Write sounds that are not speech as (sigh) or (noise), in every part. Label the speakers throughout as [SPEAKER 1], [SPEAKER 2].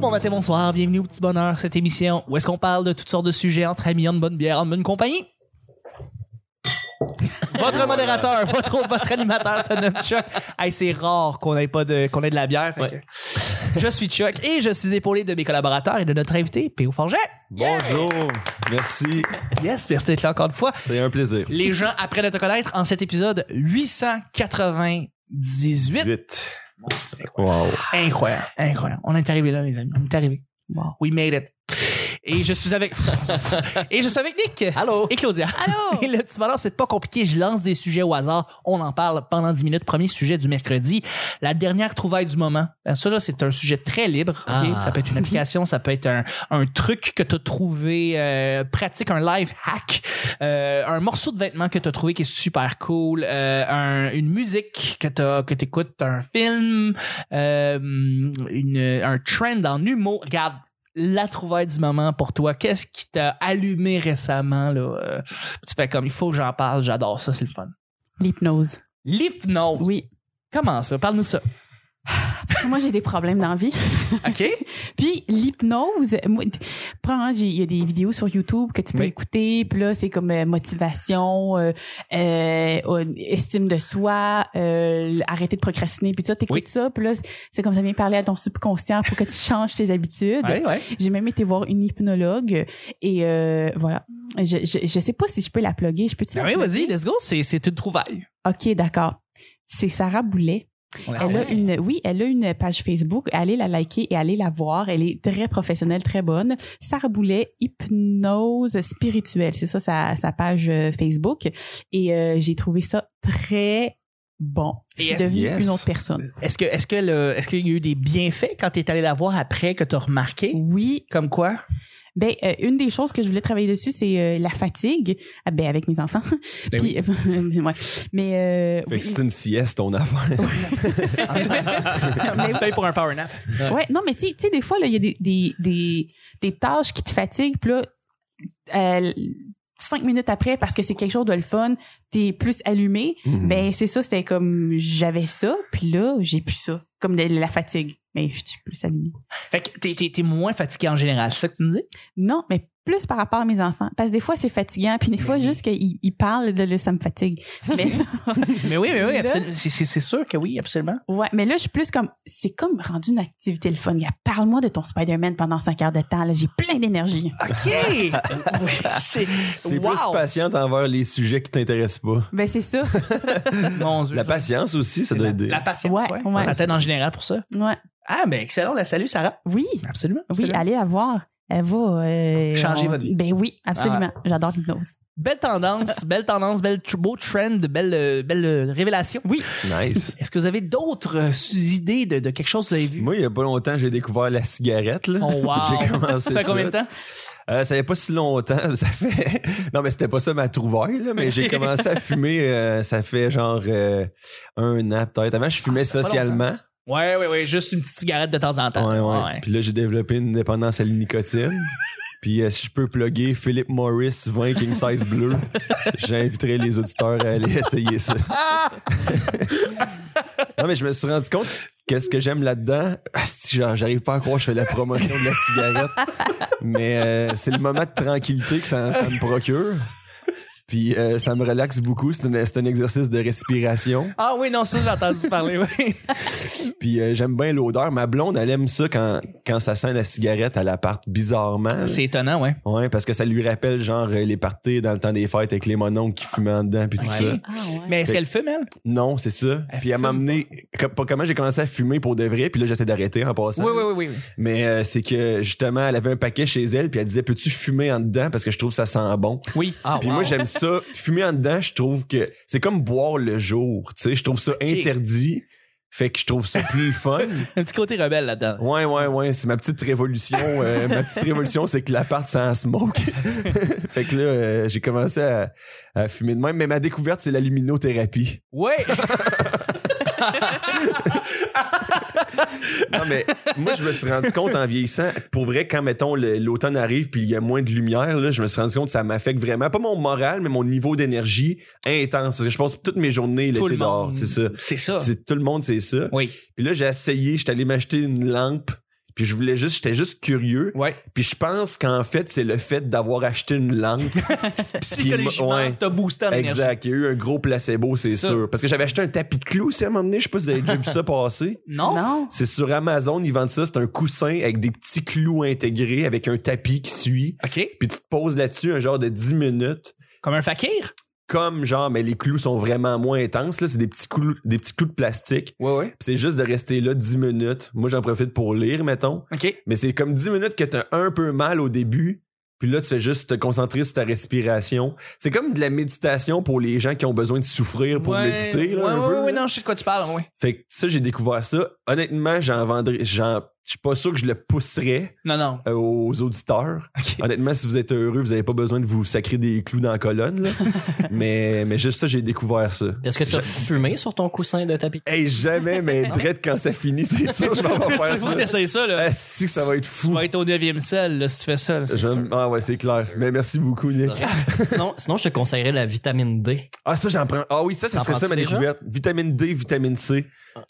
[SPEAKER 1] bon matin, bonsoir, bienvenue au Petit Bonheur, cette émission où est-ce qu'on parle de toutes sortes de sujets entre amis, en bonne bière, en bonne compagnie. Votre modérateur, votre, votre animateur, ça nomme Chuck. Hey, c'est rare qu'on ait, pas de, qu'on ait de la bière. fait que- Je suis Chuck et je suis épaulé de mes collaborateurs et de notre invité, P.O. Forget.
[SPEAKER 2] Bonjour, merci,
[SPEAKER 1] Yes, merci d'être là encore une fois.
[SPEAKER 2] c'est un plaisir.
[SPEAKER 1] Les gens apprennent à te connaître en cet épisode 898.
[SPEAKER 2] 18. Wow.
[SPEAKER 1] Incroyable, incroyable. On est arrivé là, les amis. On est arrivé. Wow. We made it. Et je suis (laughs) avec. et je suis avec Nick. Allô. Et Claudia.
[SPEAKER 3] Allô?
[SPEAKER 1] (laughs) Et le petit bonheur, c'est pas compliqué. Je lance des sujets au hasard. On en parle pendant 10 minutes. Premier sujet du mercredi. La dernière trouvaille du moment. Euh, Ça, là, c'est un sujet très libre. ok?
[SPEAKER 4] Ah.
[SPEAKER 1] Ça peut être une application, ça peut être un, un truc que tu as trouvé euh, pratique, un live hack, euh, un morceau de vêtement que tu as trouvé qui est super cool, euh, un- une musique que tu que écoutes, un film, euh, une, un trend en humour. Regarde, la trouvaille du moment pour toi. Qu'est-ce qui t'a allumé récemment? Là? euh, tu fais comme, il faut que j'en parle, j'adore ça, c'est le fun.
[SPEAKER 3] L'hypnose.
[SPEAKER 1] L'hypnose.
[SPEAKER 3] Oui.
[SPEAKER 1] Comment ça? Parle-nous ça.
[SPEAKER 3] Moi, j'ai des problèmes dans la vie.
[SPEAKER 1] OK?
[SPEAKER 3] Puis l'hypnose, moi, t- prends, hein, j'ai- il y a des vidéos sur YouTube que tu peux
[SPEAKER 1] Oui.
[SPEAKER 3] écouter. Puis là, c'est comme euh, motivation, euh, euh, euh, estime de soi, euh, arrêter de procrastiner. Puis ça, t'écoutes
[SPEAKER 1] Oui.
[SPEAKER 3] ça. Puis là, c'est comme ça vient parler à ton subconscient pour que tu changes tes habitudes.
[SPEAKER 1] Ouais, ouais.
[SPEAKER 3] J'ai même été voir une hypnologue. Et euh, voilà. Je, je, je sais pas si je peux la plugger. Je peux-tu la
[SPEAKER 1] Ah oui,
[SPEAKER 3] plugger?
[SPEAKER 1] vas-y, let's go. C'est, c'est une trouvaille.
[SPEAKER 3] OK, d'accord. C'est Sarah Boulet.
[SPEAKER 1] On la
[SPEAKER 3] Elle a
[SPEAKER 1] salue.
[SPEAKER 3] Ah une, oui, elle a une page Facebook. Allez la liker et allez la voir. Elle est très professionnelle, très bonne. Sarah Boulet, hypnose spirituelle. C'est ça, sa, sa page euh, Facebook. Et euh, j'ai trouvé ça très bon. Je suis
[SPEAKER 1] Yes,
[SPEAKER 3] devenue
[SPEAKER 2] yes.
[SPEAKER 3] une autre personne.
[SPEAKER 1] Est-ce, que, est-ce, que le- est-ce qu'il y a eu des bienfaits quand tu es allé la voir après que tu as remarqué?
[SPEAKER 3] Oui.
[SPEAKER 1] Comme quoi?
[SPEAKER 3] Ben, euh, une des choses que je voulais travailler dessus, c'est euh, la fatigue. Ah, Ben, avec mes enfants.
[SPEAKER 1] Ben
[SPEAKER 3] Puis, (laughs) ouais. Mais, euh,
[SPEAKER 2] Fait
[SPEAKER 3] oui.
[SPEAKER 2] que c'est une sieste, ton affaire.
[SPEAKER 3] (laughs)
[SPEAKER 2] (laughs)
[SPEAKER 1] Ah, tu payes pour un power nap.
[SPEAKER 3] Ouais, non, mais tu sais- tu sais, des fois, là, il y a des, des, des, des tâches qui te fatiguent, puis là, euh, cinq minutes après, parce que c'est quelque chose de le fun, t'es plus allumé.
[SPEAKER 2] Mhm.
[SPEAKER 3] Ben, c'est ça, c'était comme j'avais ça, puis là, j'ai plus ça. Comme de la fatigue. Mais je suis plus allumée.
[SPEAKER 1] Fait que t'es, t'es- t'es moins fatigué en général, c'est ça que tu me dis?
[SPEAKER 3] Non, mais plus par rapport à mes enfants. Parce que des fois, c'est fatigant, puis des fois, juste qu'ils ils parlent de là, ça me fatigue. Mais,
[SPEAKER 1] (laughs)
[SPEAKER 3] (laughs)
[SPEAKER 1] Mais oui, mais oui,
[SPEAKER 3] Là-
[SPEAKER 1] absolument. C'est, c'est- c'est sûr que oui, absolument.
[SPEAKER 3] ouais, mais là, je suis plus comme. C'est comme rendu une activité le fun. Gars, Parle-moi de ton Spider-Man pendant cinq heures de temps, là, j'ai plein d'énergie.
[SPEAKER 1] (laughs) OK! c'est,
[SPEAKER 2] T'es
[SPEAKER 1] wow!
[SPEAKER 2] plus patiente envers les sujets qui t'intéressent pas.
[SPEAKER 3] Ben, c'est ça.
[SPEAKER 1] Mon Dieu.
[SPEAKER 2] La patience aussi, ça doit aider.
[SPEAKER 1] La patience,
[SPEAKER 3] Ouais,
[SPEAKER 1] ouais.
[SPEAKER 3] ouais.
[SPEAKER 1] Ça t'aide en général pour ça.
[SPEAKER 3] Ouais.
[SPEAKER 1] Ah, ben excellent, la salut Sarah.
[SPEAKER 3] Oui,
[SPEAKER 1] Absolument.
[SPEAKER 3] oui,
[SPEAKER 1] absolument.
[SPEAKER 3] allez la voir. Elle va euh,
[SPEAKER 1] Changer votre vie.
[SPEAKER 3] Ben oui, absolument. J'adore l'hypnose.
[SPEAKER 1] Belle (laughs) tendance, belle tendance, belle tr- beau trend, belle, euh, belle euh, révélation. Oui. (laughs)
[SPEAKER 2] Nice.
[SPEAKER 1] Est-ce que vous avez d'autres euh, idées de, de quelque chose que vous avez vu?
[SPEAKER 2] Moi, il y a pas longtemps, j'ai découvert la cigarette. Là.
[SPEAKER 1] Oh, wow.
[SPEAKER 2] (laughs) J'ai commencé
[SPEAKER 1] Ça fait combien de temps?
[SPEAKER 2] Euh, ça fait pas si longtemps. (laughs) Ça fait. Non, mais c'était pas ça ma trouvaille, là,
[SPEAKER 1] (laughs)
[SPEAKER 2] mais j'ai commencé à fumer, euh, ça fait genre euh, un an peut-être. Avant, je fumais
[SPEAKER 1] Ah, ça fait pas
[SPEAKER 2] socialement.
[SPEAKER 1] Ouais, ouais, ouais, juste une petite cigarette de temps en temps.
[SPEAKER 2] Ouais, ouais.
[SPEAKER 1] Ouais.
[SPEAKER 2] Puis là, j'ai développé une dépendance à la nicotine. Puis euh, si je peux plugger Philip Morris 20 King Size Bleu, j'inviterai les auditeurs à aller essayer ça. non, mais je me suis rendu compte que ce que j'aime là-dedans, asti, genre, j'arrive pas à croire que je fais la promotion de la cigarette, mais euh, c'est le moment de tranquillité que ça, ça me procure. Puis euh, ça me relaxe beaucoup. C'est une- c'est un exercice de respiration.
[SPEAKER 1] Ah oui, non, ça, j'ai entendu parler,
[SPEAKER 2] (laughs)
[SPEAKER 1] oui.
[SPEAKER 2] Puis euh, j'aime bien l'odeur. Ma blonde, elle aime ça quand, quand ça sent la cigarette à l'appart, bizarrement.
[SPEAKER 1] C'est étonnant, ouais.
[SPEAKER 2] Ouais, parce que ça lui rappelle genre euh, les parties dans le temps des fêtes avec les mononcles qui fumaient en dedans puis tout
[SPEAKER 1] Ok.
[SPEAKER 2] ça.
[SPEAKER 3] Ah ouais.
[SPEAKER 1] Mais est-ce
[SPEAKER 2] Fait-
[SPEAKER 1] qu'elle fume, elle?
[SPEAKER 2] Non, c'est ça.
[SPEAKER 1] Elle
[SPEAKER 2] puis elle m'a
[SPEAKER 1] fume
[SPEAKER 2] amené co- pas comment j'ai commencé à fumer pour de vrai, puis là j'essaie d'arrêter en passant.
[SPEAKER 1] Oui, oui, oui, oui. oui.
[SPEAKER 2] Mais euh, c'est que justement, elle avait un paquet chez elle puis elle disait "Peux-tu fumer en dedans parce que je trouve que ça sent bon."
[SPEAKER 1] Oui. Ah,
[SPEAKER 2] Puis
[SPEAKER 1] wow.
[SPEAKER 2] moi, j'aime ça.
[SPEAKER 1] (laughs)
[SPEAKER 2] Fumer en dedans, je trouve que c'est comme boire le jour. Tu sais, je trouve ça interdit. Fait que je trouve ça plus fun.
[SPEAKER 1] Un petit côté rebelle là-dedans.
[SPEAKER 2] Ouais, ouais, ouais. C'est ma petite révolution.
[SPEAKER 1] (laughs)
[SPEAKER 2] euh, ma petite révolution, c'est que l'appart, ça en smoke. (laughs) fait que là, euh, j'ai commencé à, à fumer de même. Mais ma découverte, c'est la luminothérapie.
[SPEAKER 1] Oui!
[SPEAKER 2] (laughs) Non, mais moi, je me suis rendu compte en vieillissant, pour vrai, quand, mettons, le- l'automne arrive puis il y a moins de lumière, là, je me suis rendu compte que ça m'affecte vraiment. Pas mon moral, mais mon niveau d'énergie intense. Parce que je pense toutes mes journées,
[SPEAKER 1] Tout le
[SPEAKER 2] l'été dehors,
[SPEAKER 1] monde.
[SPEAKER 2] c'est ça.
[SPEAKER 1] C'est ça.
[SPEAKER 2] C'est- Tout le monde, c'est ça.
[SPEAKER 1] Oui.
[SPEAKER 2] Puis là, j'ai essayé, j'étais allé m'acheter une lampe Puis je voulais juste, j'étais juste curieux.
[SPEAKER 1] Ouais.
[SPEAKER 2] Puis je pense qu'en fait, c'est le fait d'avoir acheté une lampe.
[SPEAKER 1] Psychologiquement,
[SPEAKER 2] ouais.
[SPEAKER 1] t'as boosté en (laughs) énergie.
[SPEAKER 2] exact. Il y a eu un gros placebo, c'est
[SPEAKER 1] C'est ça.
[SPEAKER 2] sûr. Parce que j'avais acheté un tapis de clous aussi à un moment donné. Je sais pas si vous avez déjà
[SPEAKER 1] (laughs)
[SPEAKER 2] vu ça passer.
[SPEAKER 1] Non?
[SPEAKER 3] Non.
[SPEAKER 2] C'est sur Amazon, ils vendent ça. C'est un coussin avec des petits clous intégrés, avec un tapis qui suit.
[SPEAKER 1] OK.
[SPEAKER 2] Puis tu te poses là-dessus un genre de 10 minutes.
[SPEAKER 1] Comme un fakir?
[SPEAKER 2] Comme genre, mais les clous sont vraiment moins intenses. Là, c'est des petits clous, des petits clous de plastique.
[SPEAKER 1] Ouais, ouais.
[SPEAKER 2] Puis c'est juste de rester là 10 minutes. Moi, j'en profite pour lire, mettons.
[SPEAKER 1] OK.
[SPEAKER 2] Mais c'est comme 10 minutes que t'as un peu mal au début. Puis là, tu fais juste te concentrer sur ta respiration. C'est comme de la méditation pour les gens qui ont besoin de souffrir pour
[SPEAKER 1] Ouais,
[SPEAKER 2] méditer. Là,
[SPEAKER 1] ouais,
[SPEAKER 2] un
[SPEAKER 1] ouais,
[SPEAKER 2] peu,
[SPEAKER 1] ouais,
[SPEAKER 2] là.
[SPEAKER 1] ouais, non, je sais de quoi tu parles, ouais.
[SPEAKER 2] Fait que ça, j'ai découvert ça. Honnêtement, j'en vendrais. j'en- Je suis pas sûr que je le pousserais
[SPEAKER 1] Non, non.
[SPEAKER 2] euh, aux auditeurs.
[SPEAKER 1] (laughs) OK.
[SPEAKER 2] Honnêtement, si vous êtes heureux, vous n'avez pas besoin de vous sacrer des clous dans
[SPEAKER 1] (laughs)
[SPEAKER 2] la colonne. là. mais, mais juste ça, j'ai découvert ça.
[SPEAKER 4] Est-ce que tu as fumé sur ton coussin
[SPEAKER 2] (laughs)
[SPEAKER 4] de tapis?
[SPEAKER 2] Hey,
[SPEAKER 1] (laughs)
[SPEAKER 2] jamais, mais Dredd, quand ça finit, c'est sûr, je m'en vais
[SPEAKER 1] C'est
[SPEAKER 2] faire
[SPEAKER 1] fou,
[SPEAKER 2] ça.
[SPEAKER 1] t'essayes ça, là.
[SPEAKER 2] Asti, que ça va être
[SPEAKER 1] Tu
[SPEAKER 2] fou.
[SPEAKER 1] vas être au 9e sel, là, si tu fais ça, là, c'est
[SPEAKER 2] Je-
[SPEAKER 1] sûr.
[SPEAKER 2] Ah ouais, c'est clair. Mais merci beaucoup, Nick.
[SPEAKER 4] sinon, sinon, je te conseillerais la vitamine D.
[SPEAKER 2] Ah, ça, j'en prends. Ah oui, ça, ça
[SPEAKER 4] T'en
[SPEAKER 2] serait ça ma
[SPEAKER 4] prends-tu déjà?
[SPEAKER 2] découverte. Vitamine D, vitamine C.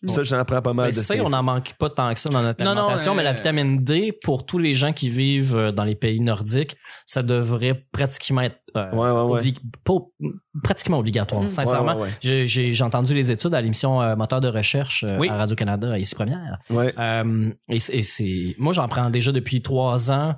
[SPEAKER 2] Ça, j'en prends pas mal
[SPEAKER 4] Mais
[SPEAKER 2] de
[SPEAKER 4] C,
[SPEAKER 2] ces-
[SPEAKER 4] Ben, on n'en manque pas tant que ça dans notre
[SPEAKER 1] Non, non,
[SPEAKER 4] alimentation,
[SPEAKER 1] euh,
[SPEAKER 4] mais la vitamine D, pour tous les gens qui vivent euh, dans les pays nordiques, ça devrait pratiquement être euh,
[SPEAKER 2] Ouais, ouais, ouais.
[SPEAKER 4] obli- pas- pratiquement obligatoire.
[SPEAKER 3] Mm.
[SPEAKER 4] Sincèrement,
[SPEAKER 2] Ouais, ouais, ouais.
[SPEAKER 4] j'ai- j'ai j'ai entendu les études à l'émission euh, Moteur de recherche euh,
[SPEAKER 1] Oui.
[SPEAKER 4] à Radio-Canada, à ici première.
[SPEAKER 2] Ouais.
[SPEAKER 4] Euh, et c'est- et c'est, moi, j'en prends déjà depuis trois ans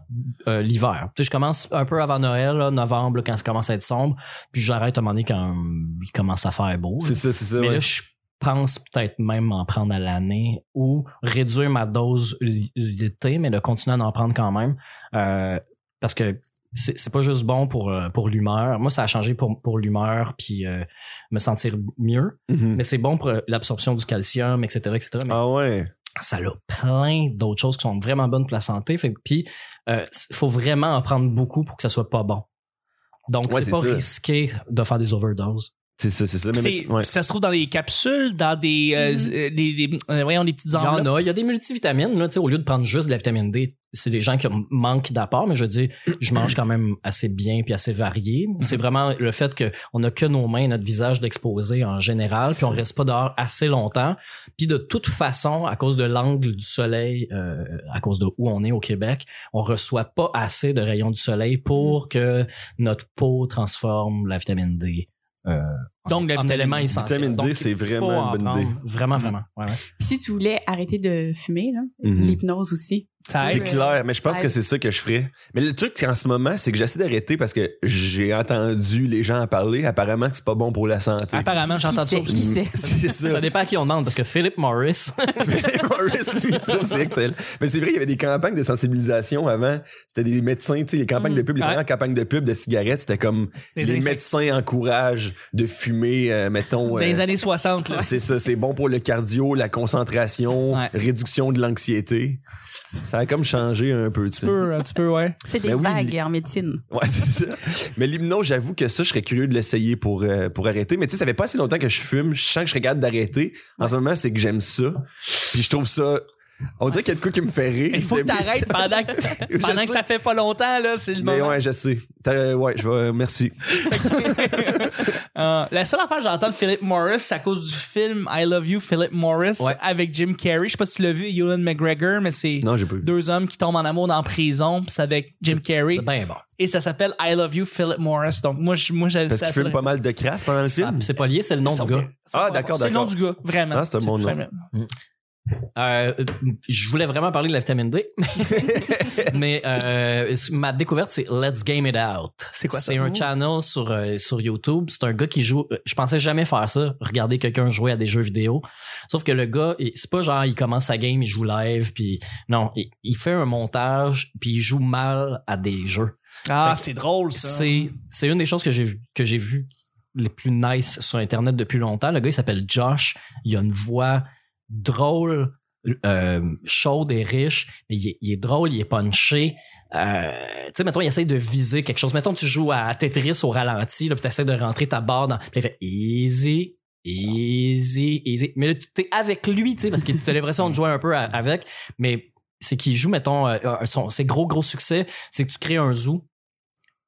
[SPEAKER 4] euh, l'hiver. Tu sais, je commence un peu avant Noël, là, novembre, là, quand ça commence à être sombre, puis j'arrête à un moment donné quand il commence à faire beau. là.
[SPEAKER 2] C'est ça, c'est ça.
[SPEAKER 4] Ah, Mais
[SPEAKER 2] ouais.
[SPEAKER 4] là, je pense peut-être même en prendre à l'année ou réduire ma dose l- l'été, mais de continuer à en prendre quand même. Euh, parce que c'est c'est pas juste bon pour, euh, pour l'humeur. Moi, ça a changé pour, pour l'humeur, puis euh, me sentir mieux.
[SPEAKER 2] Mhm.
[SPEAKER 4] Mais c'est bon pour euh, l'absorption du calcium, etc., etc. Mais
[SPEAKER 2] Ah ouais.
[SPEAKER 4] ça a plein d'autres choses qui sont vraiment bonnes pour la santé. Fait que, puis, euh, c- faut vraiment en prendre beaucoup pour que ça soit pas bon. Donc,
[SPEAKER 2] Ouais,
[SPEAKER 4] c'est
[SPEAKER 2] c'est
[SPEAKER 4] pas
[SPEAKER 2] ça.
[SPEAKER 4] risqué de faire des overdoses.
[SPEAKER 2] C'est ça, c'est ça. Mais-
[SPEAKER 1] C'est-
[SPEAKER 2] ouais.
[SPEAKER 1] Ça se trouve dans des capsules, dans des. euh,
[SPEAKER 3] Mhm.
[SPEAKER 1] euh, des, des- euh, voyons, des petites
[SPEAKER 4] Il y en
[SPEAKER 1] enveloppes.
[SPEAKER 4] a. Il y a des multivitamines. Là, tu sais, au lieu de prendre juste de la vitamine D, c'est les gens qui m- manquent d'apport, mais je veux dire, je mange quand même assez bien puis assez varié. C'est vraiment le fait qu'on n'a que nos mains et notre visage d'exposé en général, puis on reste pas dehors assez longtemps. Puis de toute façon, à cause de l'angle du soleil, euh, à cause de où on est au Québec, on reçoit pas assez de rayons du soleil
[SPEAKER 1] Mm.
[SPEAKER 4] pour que notre peau transforme la vitamine D. euh, en-
[SPEAKER 1] Donc, la
[SPEAKER 4] en
[SPEAKER 1] vitamine-
[SPEAKER 4] élément essentiel.
[SPEAKER 2] vitamine D,
[SPEAKER 4] Donc, il
[SPEAKER 2] c'est
[SPEAKER 4] faut
[SPEAKER 2] vraiment
[SPEAKER 4] en
[SPEAKER 2] une bonne
[SPEAKER 4] prendre.
[SPEAKER 2] idée.
[SPEAKER 4] Vraiment, vraiment. Ouais, ouais.
[SPEAKER 3] Puis si tu voulais arrêter de fumer, là,
[SPEAKER 2] Mhm.
[SPEAKER 3] l'hypnose aussi.
[SPEAKER 1] Ça
[SPEAKER 2] C'est
[SPEAKER 1] aide.
[SPEAKER 3] Ouais.
[SPEAKER 2] clair, mais je pense
[SPEAKER 3] Ouais.
[SPEAKER 2] que c'est ça que je ferais. Mais le truc en ce moment, c'est que j'essaie d'arrêter parce que j'ai entendu les gens en parler. Apparemment que c'est pas bon pour la santé.
[SPEAKER 1] Apparemment, j'entends ça
[SPEAKER 3] Qui sait?
[SPEAKER 1] aussi.
[SPEAKER 3] sait?
[SPEAKER 2] (laughs) C'est ça.
[SPEAKER 4] Ça dépend à qui on demande, parce que Philip Morris, (laughs)
[SPEAKER 2] Morris, lui, il trouve que c'est excellent. Mais c'est vrai, il y avait des campagnes de sensibilisation avant. C'était des médecins, tu sais, les campagnes de pub, les
[SPEAKER 1] Mm. Ouais.
[SPEAKER 2] premières campagnes de pub de cigarettes, c'était comme
[SPEAKER 1] Des
[SPEAKER 2] les
[SPEAKER 1] insectes.
[SPEAKER 2] médecins encouragent de fumer, euh, mettons.
[SPEAKER 1] Dans
[SPEAKER 2] euh,
[SPEAKER 1] les années 60, là.
[SPEAKER 2] c'est ça, c'est bon pour le cardio, la concentration,
[SPEAKER 1] Ouais.
[SPEAKER 2] réduction de l'anxiété. Ça a comme changé un peu, tu
[SPEAKER 1] Un petit
[SPEAKER 2] sais.
[SPEAKER 1] peu, un petit peu, ouais.
[SPEAKER 3] C'est des
[SPEAKER 2] Ben oui,
[SPEAKER 3] vagues
[SPEAKER 2] les-
[SPEAKER 3] en médecine.
[SPEAKER 2] Ouais, (laughs) c'est ça. Mais l'hypnose, j'avoue que ça, je serais curieux de l'essayer pour, euh, pour arrêter. Mais tu sais, ça fait pas assez longtemps que je fume. Je sens que je regarde d'arrêter. En ce moment, c'est que j'aime ça. Puis je trouve ça. On dirait qu'il y a de quoi qui me fait rire.
[SPEAKER 1] Il faut que
[SPEAKER 2] J'aime ça.
[SPEAKER 1] t'arrêtes pendant, que,
[SPEAKER 2] (laughs) Je
[SPEAKER 1] pendant que
[SPEAKER 2] sais.
[SPEAKER 1] ça fait pas longtemps, là. C'est le
[SPEAKER 2] Mais
[SPEAKER 1] moment.
[SPEAKER 2] ouais, je sais. T'as- ouais, je vais. euh, Merci.
[SPEAKER 1] (laughs) Euh, la seule affaire que j'entends de Philip Morris, c'est à cause du film I Love You, Philip Morris,
[SPEAKER 4] Ouais.
[SPEAKER 1] avec Jim Carrey. Je sais pas si tu l'as vu, Ewan McGregor, mais c'est
[SPEAKER 2] Non, j'ai pas vu.
[SPEAKER 1] deux hommes qui tombent en amour dans la prison. puis C'est avec Jim Carrey.
[SPEAKER 4] c'est bien bon.
[SPEAKER 1] Et ça s'appelle I Love You, Philip Morris. Donc, moi, je, moi, j'avais
[SPEAKER 2] Parce qu'il fume pas mal de crasse pendant le
[SPEAKER 4] Ça-
[SPEAKER 2] film.
[SPEAKER 4] Ah, C'est pas lié, c'est le nom du gars.
[SPEAKER 2] Ah, d'accord,
[SPEAKER 1] C'est le nom
[SPEAKER 2] d'accord.
[SPEAKER 1] du gars, vraiment.
[SPEAKER 2] Ah, c'est un bon nom.
[SPEAKER 1] vraiment-
[SPEAKER 4] Euh, je voulais vraiment parler de la vitamine D, (laughs) mais euh, ma découverte, c'est Let's Game It Out.
[SPEAKER 1] C'est quoi ça? Oh.
[SPEAKER 4] C'est un channel sur, euh, sur YouTube. C'est un gars qui joue. euh, Je pensais jamais faire ça, regarder quelqu'un jouer à des jeux vidéo. Sauf que le gars, il- c'est pas genre, il commence sa game, il joue live, puis non, il, il fait un montage, puis il joue mal à des jeux.
[SPEAKER 1] Ah,
[SPEAKER 4] Fait
[SPEAKER 1] c'est drôle, ça.
[SPEAKER 4] C'est, c'est une des choses que j'ai, vu- que j'ai vues les plus nice sur Internet depuis longtemps. Le gars, il s'appelle Josh. Il a une voix drôle, euh, chaude et riche. Mais il est, il est drôle, il est punché. Euh, tu sais, mettons, il essaye de viser quelque chose. Mettons, tu joues à Tetris au ralenti, là, puis tu essaies de rentrer ta barre dans. Puis il fait easy. Easy, easy. Mais là, t'es avec lui, tu sais, parce que t'as l'impression de jouer un peu à- avec, mais c'est qu'il joue, mettons, euh, euh, son- ses gros, gros succès, c'est que tu crées un zoo,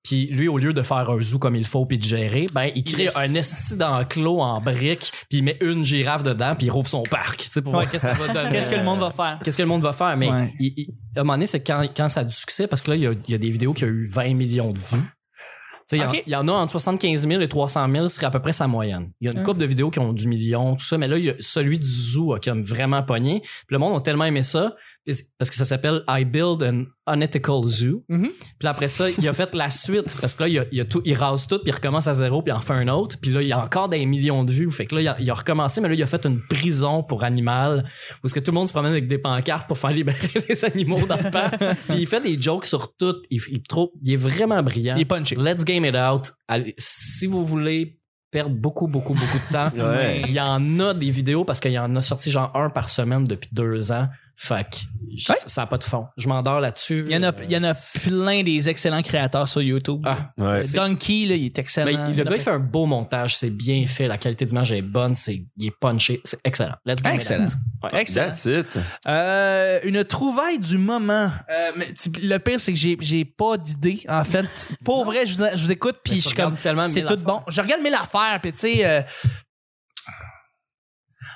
[SPEAKER 4] Puis lui, au lieu de faire un zoo comme il faut puis de gérer, ben il crée
[SPEAKER 1] Yes.
[SPEAKER 4] un esti d'enclos en briques puis il met une girafe dedans puis il rouvre son parc. Tu sais, pour voir
[SPEAKER 1] Ouais.
[SPEAKER 4] qu'est-ce que ça va donner.
[SPEAKER 1] Qu'est-ce que le monde va faire?
[SPEAKER 4] Qu'est-ce que le monde va faire? Mais
[SPEAKER 1] Ouais.
[SPEAKER 4] il- il- à un moment donné, c'est quand, quand ça a du succès, parce que là, il y a, il y a des vidéos qui ont eu 20 millions de vues. Tu sais, il y en-
[SPEAKER 1] Ok.
[SPEAKER 4] Il y, en a entre 75 000 et 300 000, ce serait à peu près sa moyenne. Il y a une
[SPEAKER 1] Hum.
[SPEAKER 4] couple de vidéos qui ont du million, tout ça, mais là, il y a celui du zoo euh, qui a vraiment pogné. Puis le monde a tellement aimé ça, puis c'est- parce que ça s'appelle I Build an Unethical Zoo.
[SPEAKER 1] Mhm.
[SPEAKER 4] Puis après ça, il a fait la suite, parce que là, il, a, il, a tout, il rase tout, puis il recommence à zéro, puis il en fait un autre. Puis là, il y a encore des millions de vues. Fait que là, il a, il a recommencé, mais là, il a fait une prison pour animal où est-ce que tout le monde se promène avec des pancartes pour faire libérer (laughs) les animaux dans le parc. Puis il fait des jokes sur tout. Il, il, trouve, il est vraiment brillant.
[SPEAKER 1] Il est punché.
[SPEAKER 4] Let's game it out. Allez, si vous voulez perdre beaucoup, beaucoup, beaucoup de temps,
[SPEAKER 2] Ouais.
[SPEAKER 4] il y en a des vidéos parce qu'il y en a sorti genre un par semaine depuis deux ans. Fait que j-
[SPEAKER 1] Ouais.
[SPEAKER 4] ça n'a pas de fond. Je m'endors là-dessus.
[SPEAKER 1] Il y en a,
[SPEAKER 4] Euh,
[SPEAKER 1] il y en a plein des excellents créateurs sur YouTube.
[SPEAKER 4] Ah,
[SPEAKER 2] Ouais.
[SPEAKER 1] Le Donkey, là, il est excellent.
[SPEAKER 4] mais
[SPEAKER 1] Il y
[SPEAKER 4] le
[SPEAKER 1] en a
[SPEAKER 4] gars, Ben, il
[SPEAKER 1] plein.
[SPEAKER 4] fait un beau montage. C'est bien fait. La qualité d'image est bonne. C'est, il est punché. C'est excellent. Let's game it
[SPEAKER 1] Excellent.
[SPEAKER 4] out. Ouais.
[SPEAKER 1] Excellent.
[SPEAKER 2] That's it.
[SPEAKER 1] Euh, une trouvaille du moment. Euh, mais tu- le pire, c'est que j'ai, j'ai pas d'idée, en fait.
[SPEAKER 4] (laughs)
[SPEAKER 1] Pour vrai, je vous, je vous écoute,
[SPEAKER 4] Mais
[SPEAKER 1] puis
[SPEAKER 4] tu
[SPEAKER 1] je suis comme,
[SPEAKER 4] regardes tellement
[SPEAKER 1] c'est
[SPEAKER 4] mille
[SPEAKER 1] tout
[SPEAKER 4] affaires.
[SPEAKER 1] bon. Je regarde mes affaires, puis tu sais... euh,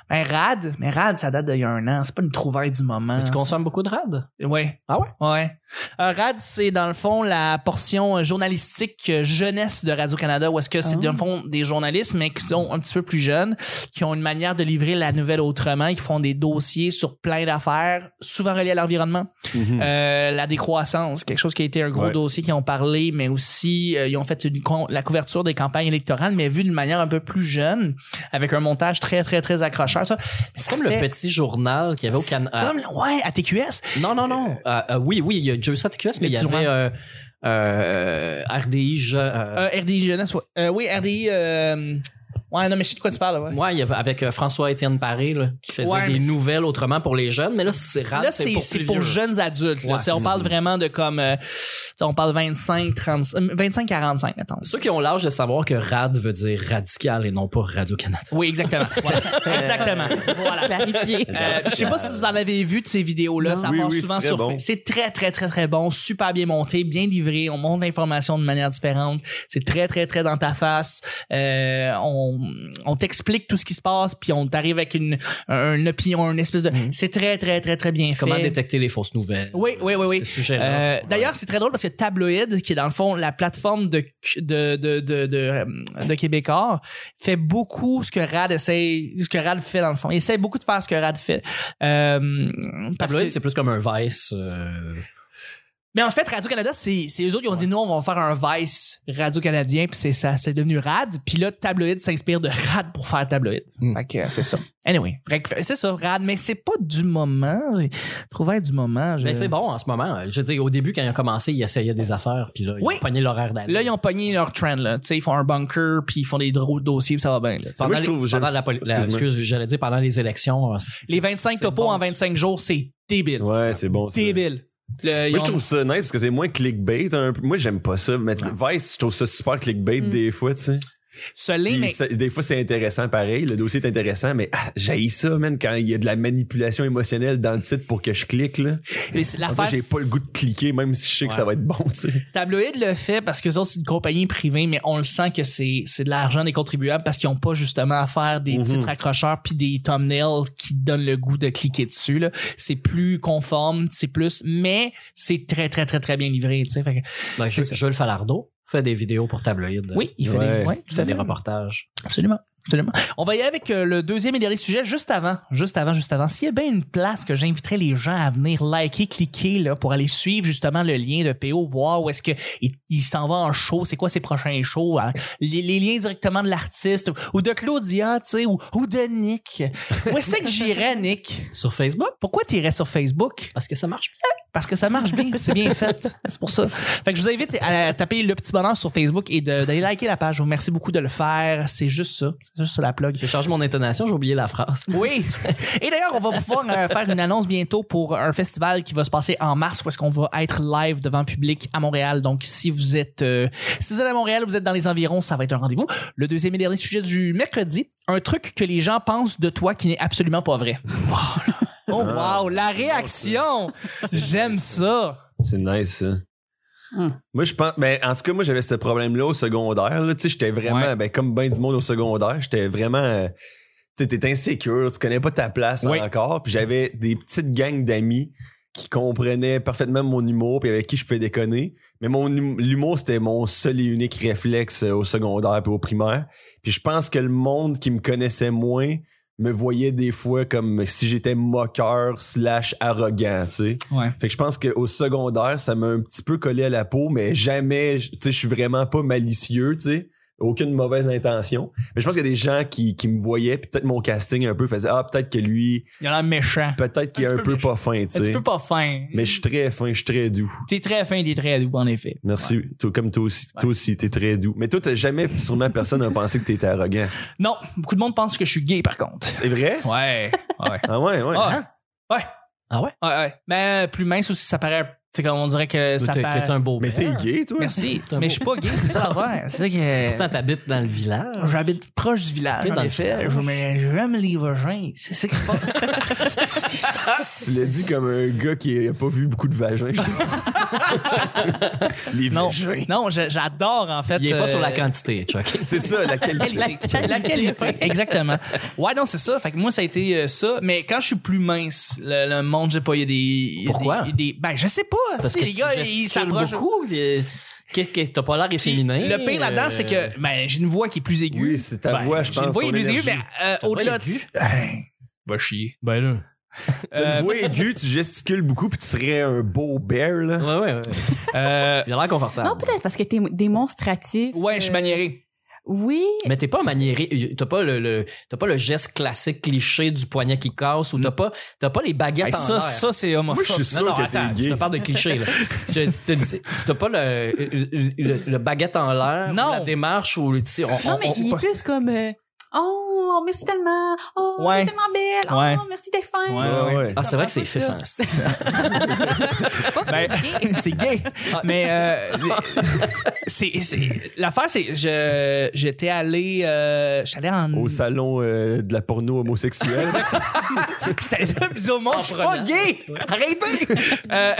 [SPEAKER 1] ben, Rad, mais Rad, ça date d'il y a un an. C'est pas une trouvaille du moment.
[SPEAKER 4] Mais tu consommes beaucoup de rad?
[SPEAKER 1] Ouais.
[SPEAKER 4] Ah ouais?
[SPEAKER 1] Ouais. Euh, Rad, c'est dans le fond la portion euh, journalistique euh, jeunesse de Radio-Canada, où est-ce que c'est
[SPEAKER 4] Ah.
[SPEAKER 1] dans le fond des journalistes, mais qui sont un petit peu plus jeunes, qui ont une manière de livrer la nouvelle autrement, et qui font des dossiers sur plein d'affaires, souvent reliées à l'environnement.
[SPEAKER 4] Hmm.
[SPEAKER 2] Mhm.
[SPEAKER 1] Euh, la décroissance, quelque chose qui a été un gros
[SPEAKER 2] Ouais.
[SPEAKER 1] dossier qu'ils ont parlé, mais aussi euh, ils ont fait une con- la couverture des campagnes électorales, mais vu d'une manière un peu plus jeune, avec un montage très, très, très accrocheur. Ça,
[SPEAKER 4] C'est comme le petit journal qu'il y avait au Canada.
[SPEAKER 1] Comme, ouais, à TQS.
[SPEAKER 4] Non, non, non. Euh, euh, oui, oui, il y a déjà eu ça à TQS, mais
[SPEAKER 1] Les
[SPEAKER 4] il y
[SPEAKER 1] petits
[SPEAKER 4] avait euh, euh, RDI. je- euh,
[SPEAKER 1] Euh, RDI Jeunesse, ouais. Euh, oui, RDI. euh, ouais, non, mais je sais de quoi tu parles, ouais.
[SPEAKER 4] ouais, il y avait avec euh, François-Étienne Paré là, qui faisait
[SPEAKER 1] Ouais, mais
[SPEAKER 4] des
[SPEAKER 1] c'est-
[SPEAKER 4] nouvelles autrement pour les jeunes, mais là, c'est rare.
[SPEAKER 1] Là, c'est c'est
[SPEAKER 4] plus
[SPEAKER 1] pour,
[SPEAKER 4] vieux.
[SPEAKER 1] jeunes adultes. là.
[SPEAKER 4] Ouais,
[SPEAKER 1] C'est-
[SPEAKER 4] c'est
[SPEAKER 1] on
[SPEAKER 4] ça.
[SPEAKER 1] parle vraiment de comme. euh, tu sais, on parle 25, 30, euh, 25, 45, mettons.
[SPEAKER 4] Ceux qui ont l'âge de savoir que RAD veut dire radical et non pas Radio-Canada.
[SPEAKER 1] Oui, exactement. Voilà. (laughs) exactement. Voilà.
[SPEAKER 2] (laughs)
[SPEAKER 3] Clarifier.
[SPEAKER 1] Euh, je sais pas si vous en avez vu de ces vidéos-là.
[SPEAKER 3] Non.
[SPEAKER 1] Ça
[SPEAKER 2] Oui,
[SPEAKER 1] passe
[SPEAKER 2] oui,
[SPEAKER 1] souvent
[SPEAKER 2] c'est très
[SPEAKER 1] sur
[SPEAKER 2] bon.
[SPEAKER 1] Fa- C'est très, très, très, très bon. Super bien monté, bien livré. On monte l'information de manière différente. C'est très, très, très dans ta face. Euh, on on t'explique tout ce qui se passe, puis on t'arrive avec une, un- une opinion, une espèce de...
[SPEAKER 2] Mhm.
[SPEAKER 1] C'est très, très, très, très bien
[SPEAKER 4] Comment
[SPEAKER 1] fait.
[SPEAKER 4] détecter les fausses nouvelles?
[SPEAKER 1] Oui, oui, oui, oui.
[SPEAKER 4] Ces sujets-là.
[SPEAKER 1] Euh, D'ailleurs, c'est très drôle parce que Tabloïd, qui est dans le fond la plateforme de de de de, de, euh, de Québécois, fait beaucoup ce que Rad essaye, ce que Rad fait dans le fond. Il essaie beaucoup de faire ce que Rad fait. Euh, parce
[SPEAKER 4] Tabloïd,
[SPEAKER 1] que-
[SPEAKER 4] c'est plus comme un vice. euh,
[SPEAKER 1] mais en fait, Radio Canada, c'est c'est eux autres qui ont dit nous on va faire un Vice Radio canadien, puis c'est ça, c'est devenu Rad. Puis là, Tabloïd s'inspire de Rad pour faire Tabloïd.
[SPEAKER 4] Mm.
[SPEAKER 1] Fait que euh, c'est ça. Anyway, Fait que c'est ça Rad, mais c'est pas du moment. J'ai trouvé du moment. je-
[SPEAKER 4] Mais Ben, c'est bon en ce moment. Je veux dire, au début, quand ils ont commencé, ils essayaient des affaires, puis là, ils
[SPEAKER 1] Oui.
[SPEAKER 4] ont pogné l'horaire d'aller.
[SPEAKER 1] Là, ils ont pogné leur trend, là. Tu sais, ils font un bunker, puis ils font des drôles de dossiers, puis ça va bien, là.
[SPEAKER 4] pendant
[SPEAKER 2] Moi, je
[SPEAKER 4] les-
[SPEAKER 2] trouve-
[SPEAKER 4] pendant
[SPEAKER 2] je-
[SPEAKER 4] la, poli- la-
[SPEAKER 2] excuse-moi.
[SPEAKER 4] excuse, j'allais dire pendant les élections. euh, c'est-
[SPEAKER 1] Les 25
[SPEAKER 4] c'est
[SPEAKER 1] topos
[SPEAKER 4] bon,
[SPEAKER 1] en 25 jours, c'est débile.
[SPEAKER 2] Ouais, c'est bon. ça.
[SPEAKER 1] Débile. Le- ils
[SPEAKER 2] Moi,
[SPEAKER 1] ont-
[SPEAKER 2] je trouve ça nice parce que c'est moins clickbait. un peu. Moi, j'aime pas ça. Mais Vice, je trouve ça super clickbait
[SPEAKER 1] Mm.
[SPEAKER 2] des fois, tu sais.
[SPEAKER 1] Ce lien,
[SPEAKER 2] Puis
[SPEAKER 1] mais-
[SPEAKER 2] ça- des fois, c'est intéressant pareil. Le dossier est intéressant, mais ah, j'haïs ça, man, quand il y a de la manipulation émotionnelle dans le titre pour que je clique, là.
[SPEAKER 1] mais c'est-
[SPEAKER 2] En fait,
[SPEAKER 1] l'affaire,
[SPEAKER 2] j'ai pas le goût de cliquer, même si je sais que
[SPEAKER 4] Ouais.
[SPEAKER 2] ça va être bon, tu sais.
[SPEAKER 1] Tabloïd le fait parce que autres, c'est une compagnie privée, mais on le sent que c'est, c'est de l'argent des contribuables parce qu'ils ont pas justement à faire des
[SPEAKER 2] Mhm.
[SPEAKER 1] titres accrocheurs puis des thumbnails qui donnent le goût de cliquer dessus, là. C'est plus conforme, c'est plus, mais c'est très, très, très, très bien livré, tu sais. Fait que-
[SPEAKER 4] Ben,
[SPEAKER 1] C'est
[SPEAKER 4] Ju-
[SPEAKER 1] ça.
[SPEAKER 4] Jules Falardeau fait des vidéos pour Tabloïd.
[SPEAKER 1] oui, il fait des,
[SPEAKER 2] Ouais.
[SPEAKER 1] ouais,
[SPEAKER 4] Il
[SPEAKER 1] tout à
[SPEAKER 4] fait
[SPEAKER 1] fait.
[SPEAKER 4] des reportages.
[SPEAKER 1] Absolument. Absolument. On va y aller avec euh, le deuxième et dernier sujet juste avant. Juste avant, juste avant. S'il y a bien une place que j'inviterais les gens à venir liker, cliquer là, pour aller suivre justement le lien de PO, voir où est-ce qu'il il, il s'en va en show, c'est quoi ses prochains shows, hein. les, les liens directement de l'artiste ou, ou de Claudia, tu sais, ou, ou de Nick. Où est-ce que j'irais, Nick?
[SPEAKER 4] Sur Facebook,
[SPEAKER 1] Pourquoi tu irais sur Facebook?
[SPEAKER 4] parce que ça marche
[SPEAKER 1] parce que ça marche bien, c'est bien fait. C'est pour ça. Fait que je vous invite à taper le petit bonheur sur Facebook et de- d'aller liker la page. Je vous remercie beaucoup de le faire. C'est juste ça. C'est juste ça la plug.
[SPEAKER 4] bien. J'ai changé mon intonation, j'ai oublié la phrase.
[SPEAKER 1] Oui. Et d'ailleurs, on va pouvoir euh, faire une annonce bientôt pour un festival qui va se passer en mars où est-ce qu'on va être live devant public à Montréal. Donc, si vous êtes, euh, si vous êtes à Montréal, vous êtes dans les environs, ça va être un rendez-vous. Le deuxième et dernier sujet du mercredi, un truc que les gens pensent de toi qui n'est absolument pas vrai.
[SPEAKER 2] Ah,
[SPEAKER 1] Oh wow, la réaction. J'aime ça.
[SPEAKER 2] C'est nice, ça.
[SPEAKER 1] Hmm.
[SPEAKER 2] Moi, je pense, mais en tout cas, moi, j'avais ce problème-là au secondaire. là. Tu sais, j'étais vraiment,
[SPEAKER 1] Ouais.
[SPEAKER 2] ben, comme ben du monde au secondaire, j'étais vraiment, euh, tu sais, t'es insécure, tu connais pas ta place
[SPEAKER 1] Oui.
[SPEAKER 2] encore. Puis j'avais des petites gangs d'amis qui comprenaient parfaitement mon humour, puis avec qui je pouvais déconner. Mais mon hum- l'humour, c'était mon seul et unique réflexe euh, au secondaire puis au primaire. Puis je pense que le monde qui me connaissait moins me voyait des fois comme si j'étais moqueur slash arrogant, tu sais.
[SPEAKER 1] Ouais.
[SPEAKER 2] Fait que je pense qu'au secondaire, ça m'a un petit peu collé à la peau, mais jamais, je- tu sais, je suis vraiment pas malicieux, tu sais. Aucune mauvaise intention. Mais je pense qu'il y a des gens qui, qui me voyaient, puis peut-être mon casting un peu faisait Ah, peut-être que lui,
[SPEAKER 1] Il a l'air méchant.
[SPEAKER 2] peut-être qu'il est
[SPEAKER 1] Un
[SPEAKER 2] un
[SPEAKER 1] petit peu
[SPEAKER 2] peu pas fin, tu
[SPEAKER 1] Un petit
[SPEAKER 2] sais.
[SPEAKER 1] peu pas fin.
[SPEAKER 2] Mais je suis très fin, je suis très doux.
[SPEAKER 1] T'es très fin, t'es très doux, en effet.
[SPEAKER 2] Merci. Toi, comme toi aussi, toi aussi, t'es très doux. Mais toi, t'as jamais, sûrement personne n'a pensé que t'étais arrogant.
[SPEAKER 1] Non, beaucoup de monde pense que je suis gay, par contre.
[SPEAKER 2] C'est vrai?
[SPEAKER 1] Ouais. Ouais.
[SPEAKER 2] Ah ouais, ouais.
[SPEAKER 1] Ah, ouais.
[SPEAKER 4] Ah ouais?
[SPEAKER 1] Ouais, ouais. Mais plus mince aussi, ça paraît. C'est comme on dirait que ça
[SPEAKER 4] T'es
[SPEAKER 1] paraît.
[SPEAKER 4] t'es un beau
[SPEAKER 2] mais t'es
[SPEAKER 4] père.
[SPEAKER 2] gay, toi?
[SPEAKER 1] Merci.
[SPEAKER 4] T'es un
[SPEAKER 1] Mais
[SPEAKER 4] beau-
[SPEAKER 1] je suis pas gay, c'est
[SPEAKER 4] (laughs)
[SPEAKER 1] ça l'affaire. C'est ça que.
[SPEAKER 4] Pourtant, t'habites dans le village.
[SPEAKER 1] J'habite proche du village.
[SPEAKER 4] T'es dans
[SPEAKER 1] en
[SPEAKER 4] le
[SPEAKER 1] effet.
[SPEAKER 4] village.
[SPEAKER 1] Je- mais J'aime les vagins. C'est ça qui se passe.
[SPEAKER 4] (laughs)
[SPEAKER 2] Tu l'as dit comme un gars qui a pas vu beaucoup de vagins.
[SPEAKER 1] (laughs)
[SPEAKER 2] je trouve. Les
[SPEAKER 1] non,
[SPEAKER 2] vagins.
[SPEAKER 1] non je- j'adore en fait.
[SPEAKER 4] Il est
[SPEAKER 1] euh,
[SPEAKER 4] pas sur la quantité, Chuck.
[SPEAKER 2] C'est ça, la qualité.
[SPEAKER 1] (laughs) La
[SPEAKER 4] (laughs)
[SPEAKER 1] qualité. La qualité, Exactement. Ouais, non, c'est ça. Fait que moi, ça a été euh, ça. Mais quand je suis plus mince, le, le monde, je sais pas, il y a des. il y a
[SPEAKER 4] Pourquoi?
[SPEAKER 1] des- des- ben, je sais pas.
[SPEAKER 4] Parce
[SPEAKER 1] tu
[SPEAKER 4] que
[SPEAKER 1] sais, les gars, ils s'approchent.
[SPEAKER 4] beaucoup. il- qu'est- qu'est- T'as pas l'air efféminé.
[SPEAKER 1] Le pire là-dedans,
[SPEAKER 4] euh,
[SPEAKER 1] c'est que ben, j'ai une voix qui est plus aiguë.
[SPEAKER 2] Oui, c'est ta
[SPEAKER 1] Ben,
[SPEAKER 2] voix, je pense.
[SPEAKER 1] J'ai une voix qui
[SPEAKER 2] ton
[SPEAKER 1] est plus aiguë, mais
[SPEAKER 2] énergie.
[SPEAKER 1] euh, au-delà de.
[SPEAKER 4] voix
[SPEAKER 1] Hey, Va chier.
[SPEAKER 4] Ben là.
[SPEAKER 2] T'as
[SPEAKER 1] Euh,
[SPEAKER 2] une voix aiguë, tu gesticules beaucoup, puis tu serais un beau bear, là.
[SPEAKER 4] Ouais, ouais, ouais.
[SPEAKER 1] euh,
[SPEAKER 4] Il a l'air confortable.
[SPEAKER 3] Non, peut-être parce que t'es démonstratif.
[SPEAKER 1] ouais, je suis
[SPEAKER 3] Euh,
[SPEAKER 1] maniéré.
[SPEAKER 3] Oui.
[SPEAKER 4] Mais t'es pas maniéré, euh, t'as pas le, le- t'as pas le geste classique cliché du poignet qui casse ou t'as pas, t'as pas les baguettes
[SPEAKER 1] Hey,
[SPEAKER 4] en
[SPEAKER 1] ça,
[SPEAKER 4] l'air.
[SPEAKER 1] ça, c'est
[SPEAKER 2] Moi,
[SPEAKER 1] homophobe.
[SPEAKER 2] je suis sûr
[SPEAKER 4] non, non,
[SPEAKER 2] que
[SPEAKER 4] attends,
[SPEAKER 2] t'es
[SPEAKER 4] je te
[SPEAKER 2] gay.
[SPEAKER 4] parle de cliché. là. Je te dis, t'as pas le, le, le- le baguette en l'air,
[SPEAKER 1] Non.
[SPEAKER 4] la démarche ou le tir.
[SPEAKER 3] Non, mais il est plus comme. euh, Oh, merci tellement. Oh,
[SPEAKER 1] Ouais.
[SPEAKER 3] t'es tellement belle. Oh,
[SPEAKER 1] Ouais.
[SPEAKER 3] merci d'être fin.
[SPEAKER 1] Ouais, ouais, ouais.
[SPEAKER 4] Ah, c'est vrai que c'est
[SPEAKER 3] Ça.
[SPEAKER 4] fait
[SPEAKER 1] Ben, (laughs) c'est gay.
[SPEAKER 2] Ah.
[SPEAKER 1] Mais euh, c'est c'est- l'affaire, c'est je j'étais allé euh, j'allais en
[SPEAKER 2] Au salon euh, de la porno homosexuelle.
[SPEAKER 1] j'étais allé là puis au monde, je suis pas
[SPEAKER 4] prenant.
[SPEAKER 1] gay. (laughs) Arrêtez. Euh,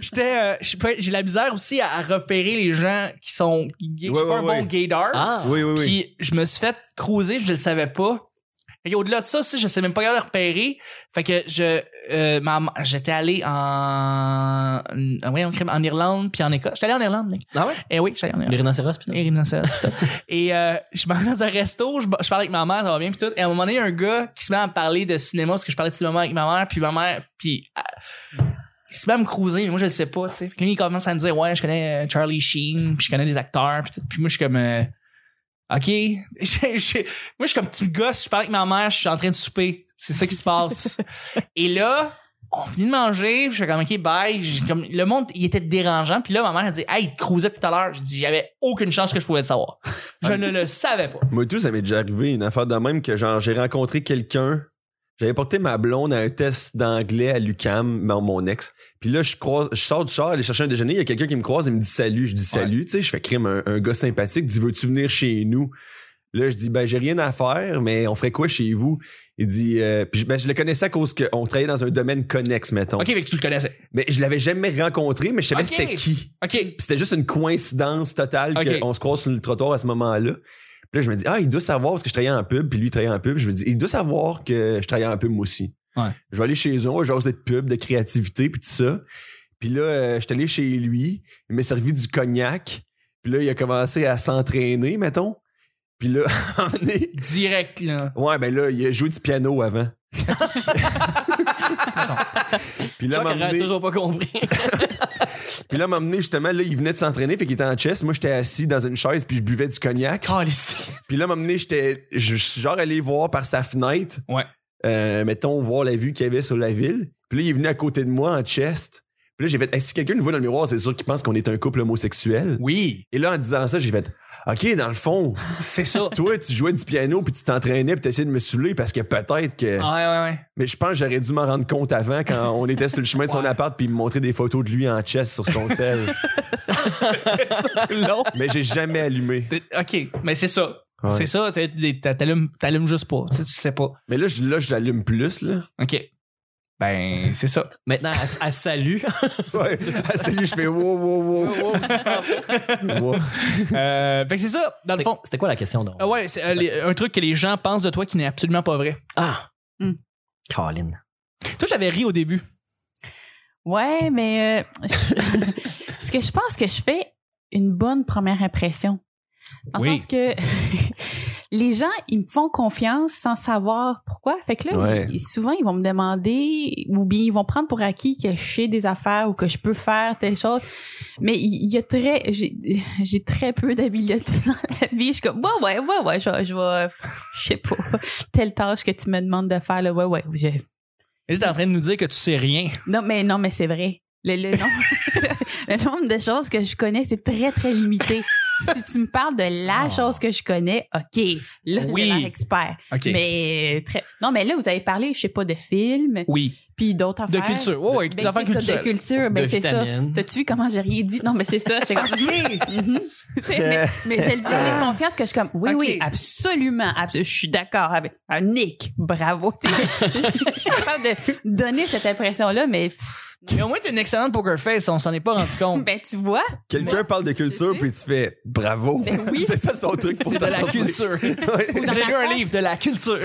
[SPEAKER 1] j'étais euh, je suis pas- j'ai la misère aussi à, à repérer les gens qui sont gays. je suis
[SPEAKER 2] Ouais,
[SPEAKER 1] pas un
[SPEAKER 2] ouais, ouais.
[SPEAKER 1] bon gaydar.
[SPEAKER 4] Ah,
[SPEAKER 2] oui, oui, oui.
[SPEAKER 1] Puis je me suis fait cruiser, puis je le savais pas. Et au-delà de ça aussi, je sais même pas comment repérer. Fait que je euh, ma- ma- j'étais allé en en- voyons, crime, en Irlande puis en Écosse. J'étais allé en Irlande, mec. (laughs)
[SPEAKER 4] Ah ouais?
[SPEAKER 1] Eh oui, j'étais allé en
[SPEAKER 4] Les
[SPEAKER 1] Irlande.
[SPEAKER 4] rhinocéros, putain.
[SPEAKER 1] Et rhinocéros, pis tout. (laughs) Et euh, je m'en vais dans un resto, je, je parle avec ma mère, ça va bien, pis tout. Et à un moment donné, il y a un gars qui se met à me parler de cinéma, parce que je parlais de cinéma avec ma mère, puis ma mère, puis euh, il se met à me cruiser, mais moi, je le sais pas, tu sais. Puis lui, il commence à me dire, ouais, je connais euh, Charlie Sheen, puis je connais des acteurs, puis tout. Puis moi, je suis comme, euh, OK. (laughs) Je- je- moi, je suis comme petit gosse, je parle avec ma mère, je suis en train de souper. C'est ça qui se passe. Et là, on finit de manger, puis je suis comme, OK, bye. J'ai Comme, le monde, il était dérangeant. Puis là, ma mère, elle dit, hey, il te cruisait tout à l'heure. Je dis, j'avais aucune chance que je pouvais le savoir. Je ne le savais pas.
[SPEAKER 2] Moi, tout, ça m'est déjà arrivé, une affaire de même que genre, j'ai rencontré quelqu'un. J'avais porté ma blonde à un test d'anglais à l'UCAM, mon- mon ex. Puis là, je, croise, je sors du char, aller chercher un déjeuner. Il y a quelqu'un qui me croise, il me dit salut. Je dis salut. Tu sais, je fais crime un, un gars sympathique. Dit veux-tu venir chez nous? Là, je dis ben j'ai rien à faire, mais on ferait quoi chez vous? Il dit euh, puis je- ben, je le connaissais à cause qu'on travaillait dans un domaine connexe, mettons.
[SPEAKER 1] OK, fait que tu le connaissais.
[SPEAKER 2] Mais je l'avais jamais rencontré, mais je savais
[SPEAKER 1] Ok.
[SPEAKER 2] c'était qui.
[SPEAKER 1] OK.
[SPEAKER 2] Puis c'était juste une coïncidence totale
[SPEAKER 1] Ok.
[SPEAKER 2] qu'on se croise sur le trottoir à ce moment-là. Puis là, je me dis, ah, il doit savoir parce que je travaillais en pub, puis lui, il travaillait en pub. Je me dis, il doit savoir que je travaillais en pub, moi aussi.
[SPEAKER 1] Ouais.
[SPEAKER 2] Je vais aller chez eux, j'ose de pub, de créativité, puis tout ça. Puis là, euh, je suis allé chez lui, il m'a servi du cognac. Puis là, il a commencé à s'entraîner, mettons. Puis là, (laughs) à un moment donné,
[SPEAKER 1] Direct, là.
[SPEAKER 2] ouais, ben là, il a joué du
[SPEAKER 1] (laughs)
[SPEAKER 2] piano avant. puis là, à un
[SPEAKER 4] Chuck
[SPEAKER 2] moment
[SPEAKER 4] aurait
[SPEAKER 2] donné-
[SPEAKER 4] toujours pas compris.
[SPEAKER 2] puis là, m'amener justement, là, il venait de s'entraîner, fait qu'il était en chess. Moi, j'étais assis dans une chaise, puis je buvais du cognac.
[SPEAKER 1] Ah. Calisse.
[SPEAKER 2] Puis là, m'amener, j'étais, je je suis genre allé voir par sa fenêtre,
[SPEAKER 1] Ouais.
[SPEAKER 2] euh, mettons, voir la vue qu'il y avait sur la ville. Puis là, il est venu à côté de moi en chest. Puis là, j'ai fait, Hey, si quelqu'un nous voit dans le miroir, c'est sûr qu'il pense qu'on est un couple homosexuel.
[SPEAKER 1] Oui.
[SPEAKER 2] Et là, en disant ça, j'ai fait, OK, dans le fond,
[SPEAKER 1] C'est ça.
[SPEAKER 2] (laughs) toi, tu jouais du piano, puis tu t'entraînais, puis t'essayais de me saouler parce que peut-être que.
[SPEAKER 1] Ouais, Ah, ouais, ouais.
[SPEAKER 2] Mais je pense que j'aurais dû m'en rendre compte avant quand on était sur le chemin de son
[SPEAKER 1] Ouais.
[SPEAKER 2] appart, puis il me montrait des photos de lui en chest sur
[SPEAKER 1] (laughs)
[SPEAKER 2] son sel.
[SPEAKER 1] C'est tout le long.
[SPEAKER 2] Mais j'ai jamais allumé.
[SPEAKER 1] T'es- OK, mais c'est ça.
[SPEAKER 2] Ouais.
[SPEAKER 1] C'est ça, t'es- t'es- t'allumes t'allumes juste pas. Tu sais, tu sais pas.
[SPEAKER 2] Mais là, je- là j'allume plus, là.
[SPEAKER 1] OK. Ben, c'est ça.
[SPEAKER 4] Maintenant, à, salut.
[SPEAKER 2] (laughs) Ouais. Ah, c'est lui, je fais wow, wow, wow. Wow.
[SPEAKER 1] Euh, fait que c'est ça, dans le fond.
[SPEAKER 4] C'était quoi la question donc?
[SPEAKER 1] Ah ouais, c'est euh, les- un truc que les gens pensent de toi qui n'est absolument pas vrai.
[SPEAKER 4] Ah!
[SPEAKER 3] Hmm.
[SPEAKER 4] Colin.
[SPEAKER 1] Toi, j'avais ri au début.
[SPEAKER 3] Ouais, mais euh, je- ce que je pense que je fais une bonne première impression. En
[SPEAKER 1] Oui.
[SPEAKER 3] sens que (laughs) les gens, ils me font confiance sans savoir pourquoi. Fait que là,
[SPEAKER 2] Ouais.
[SPEAKER 3] ils- souvent, ils vont me demander ou bien ils vont prendre pour acquis que je sais des affaires ou que je peux faire telle chose. Mais il il y, a très... J'ai j'ai très peu d'habileté (laughs) dans la vie. Je suis comme, ouais, ouais, ouais, ouais, je vais... Je vais- je sais pas. Telle tâche que tu me demandes de faire, là, ouais, ouais. je-
[SPEAKER 1] Elle était en train de nous dire que tu sais rien.
[SPEAKER 3] non, mais non, mais c'est vrai. Le, le nombre, le nombre de choses que je connais, c'est très, très limité. si tu me parles de la
[SPEAKER 4] Ah.
[SPEAKER 3] chose que je connais, OK, là,
[SPEAKER 1] Oui.
[SPEAKER 3] j'ai l'air expert.
[SPEAKER 1] OK.
[SPEAKER 3] Mais euh, très... Non, mais là, vous avez parlé, je sais pas, de films,
[SPEAKER 1] Oui.
[SPEAKER 3] puis d'autres
[SPEAKER 1] De
[SPEAKER 3] affaires.
[SPEAKER 1] culture. Ouais, ouais, des
[SPEAKER 3] Ben,
[SPEAKER 1] affaires
[SPEAKER 3] c'est ça, de
[SPEAKER 1] culturelles.
[SPEAKER 3] culture, ben,
[SPEAKER 4] de
[SPEAKER 3] c'est ça.
[SPEAKER 4] vitamines.
[SPEAKER 3] T'as-tu vu comment j'ai rien dit? Non, mais c'est ça.
[SPEAKER 1] (laughs)
[SPEAKER 3] j'étais comme, Mhm. Tu sais, mais, mais je le dis avec confiance que je suis comme, oui,
[SPEAKER 1] Ok.
[SPEAKER 3] oui, absolument. abso- je suis d'accord avec ah, Nick. Bravo. Tu sais, (laughs) je suis capable de donner cette impression-là, mais pff,
[SPEAKER 1] (laughs) Mais au moins, t'es une excellente poker face, on s'en est pas rendu compte.
[SPEAKER 3] (laughs) ben, tu vois,
[SPEAKER 2] Quelqu'un parle de culture,
[SPEAKER 3] sais.
[SPEAKER 2] puis tu fais bravo.
[SPEAKER 3] Ben oui.
[SPEAKER 2] (laughs) c'est ça son truc pour
[SPEAKER 1] de
[SPEAKER 2] t'en
[SPEAKER 1] la
[SPEAKER 2] sortir.
[SPEAKER 1] culture. (laughs)
[SPEAKER 2] Ouais.
[SPEAKER 3] dans
[SPEAKER 1] J'ai
[SPEAKER 3] ta
[SPEAKER 1] lu un
[SPEAKER 3] face.
[SPEAKER 1] livre de la culture.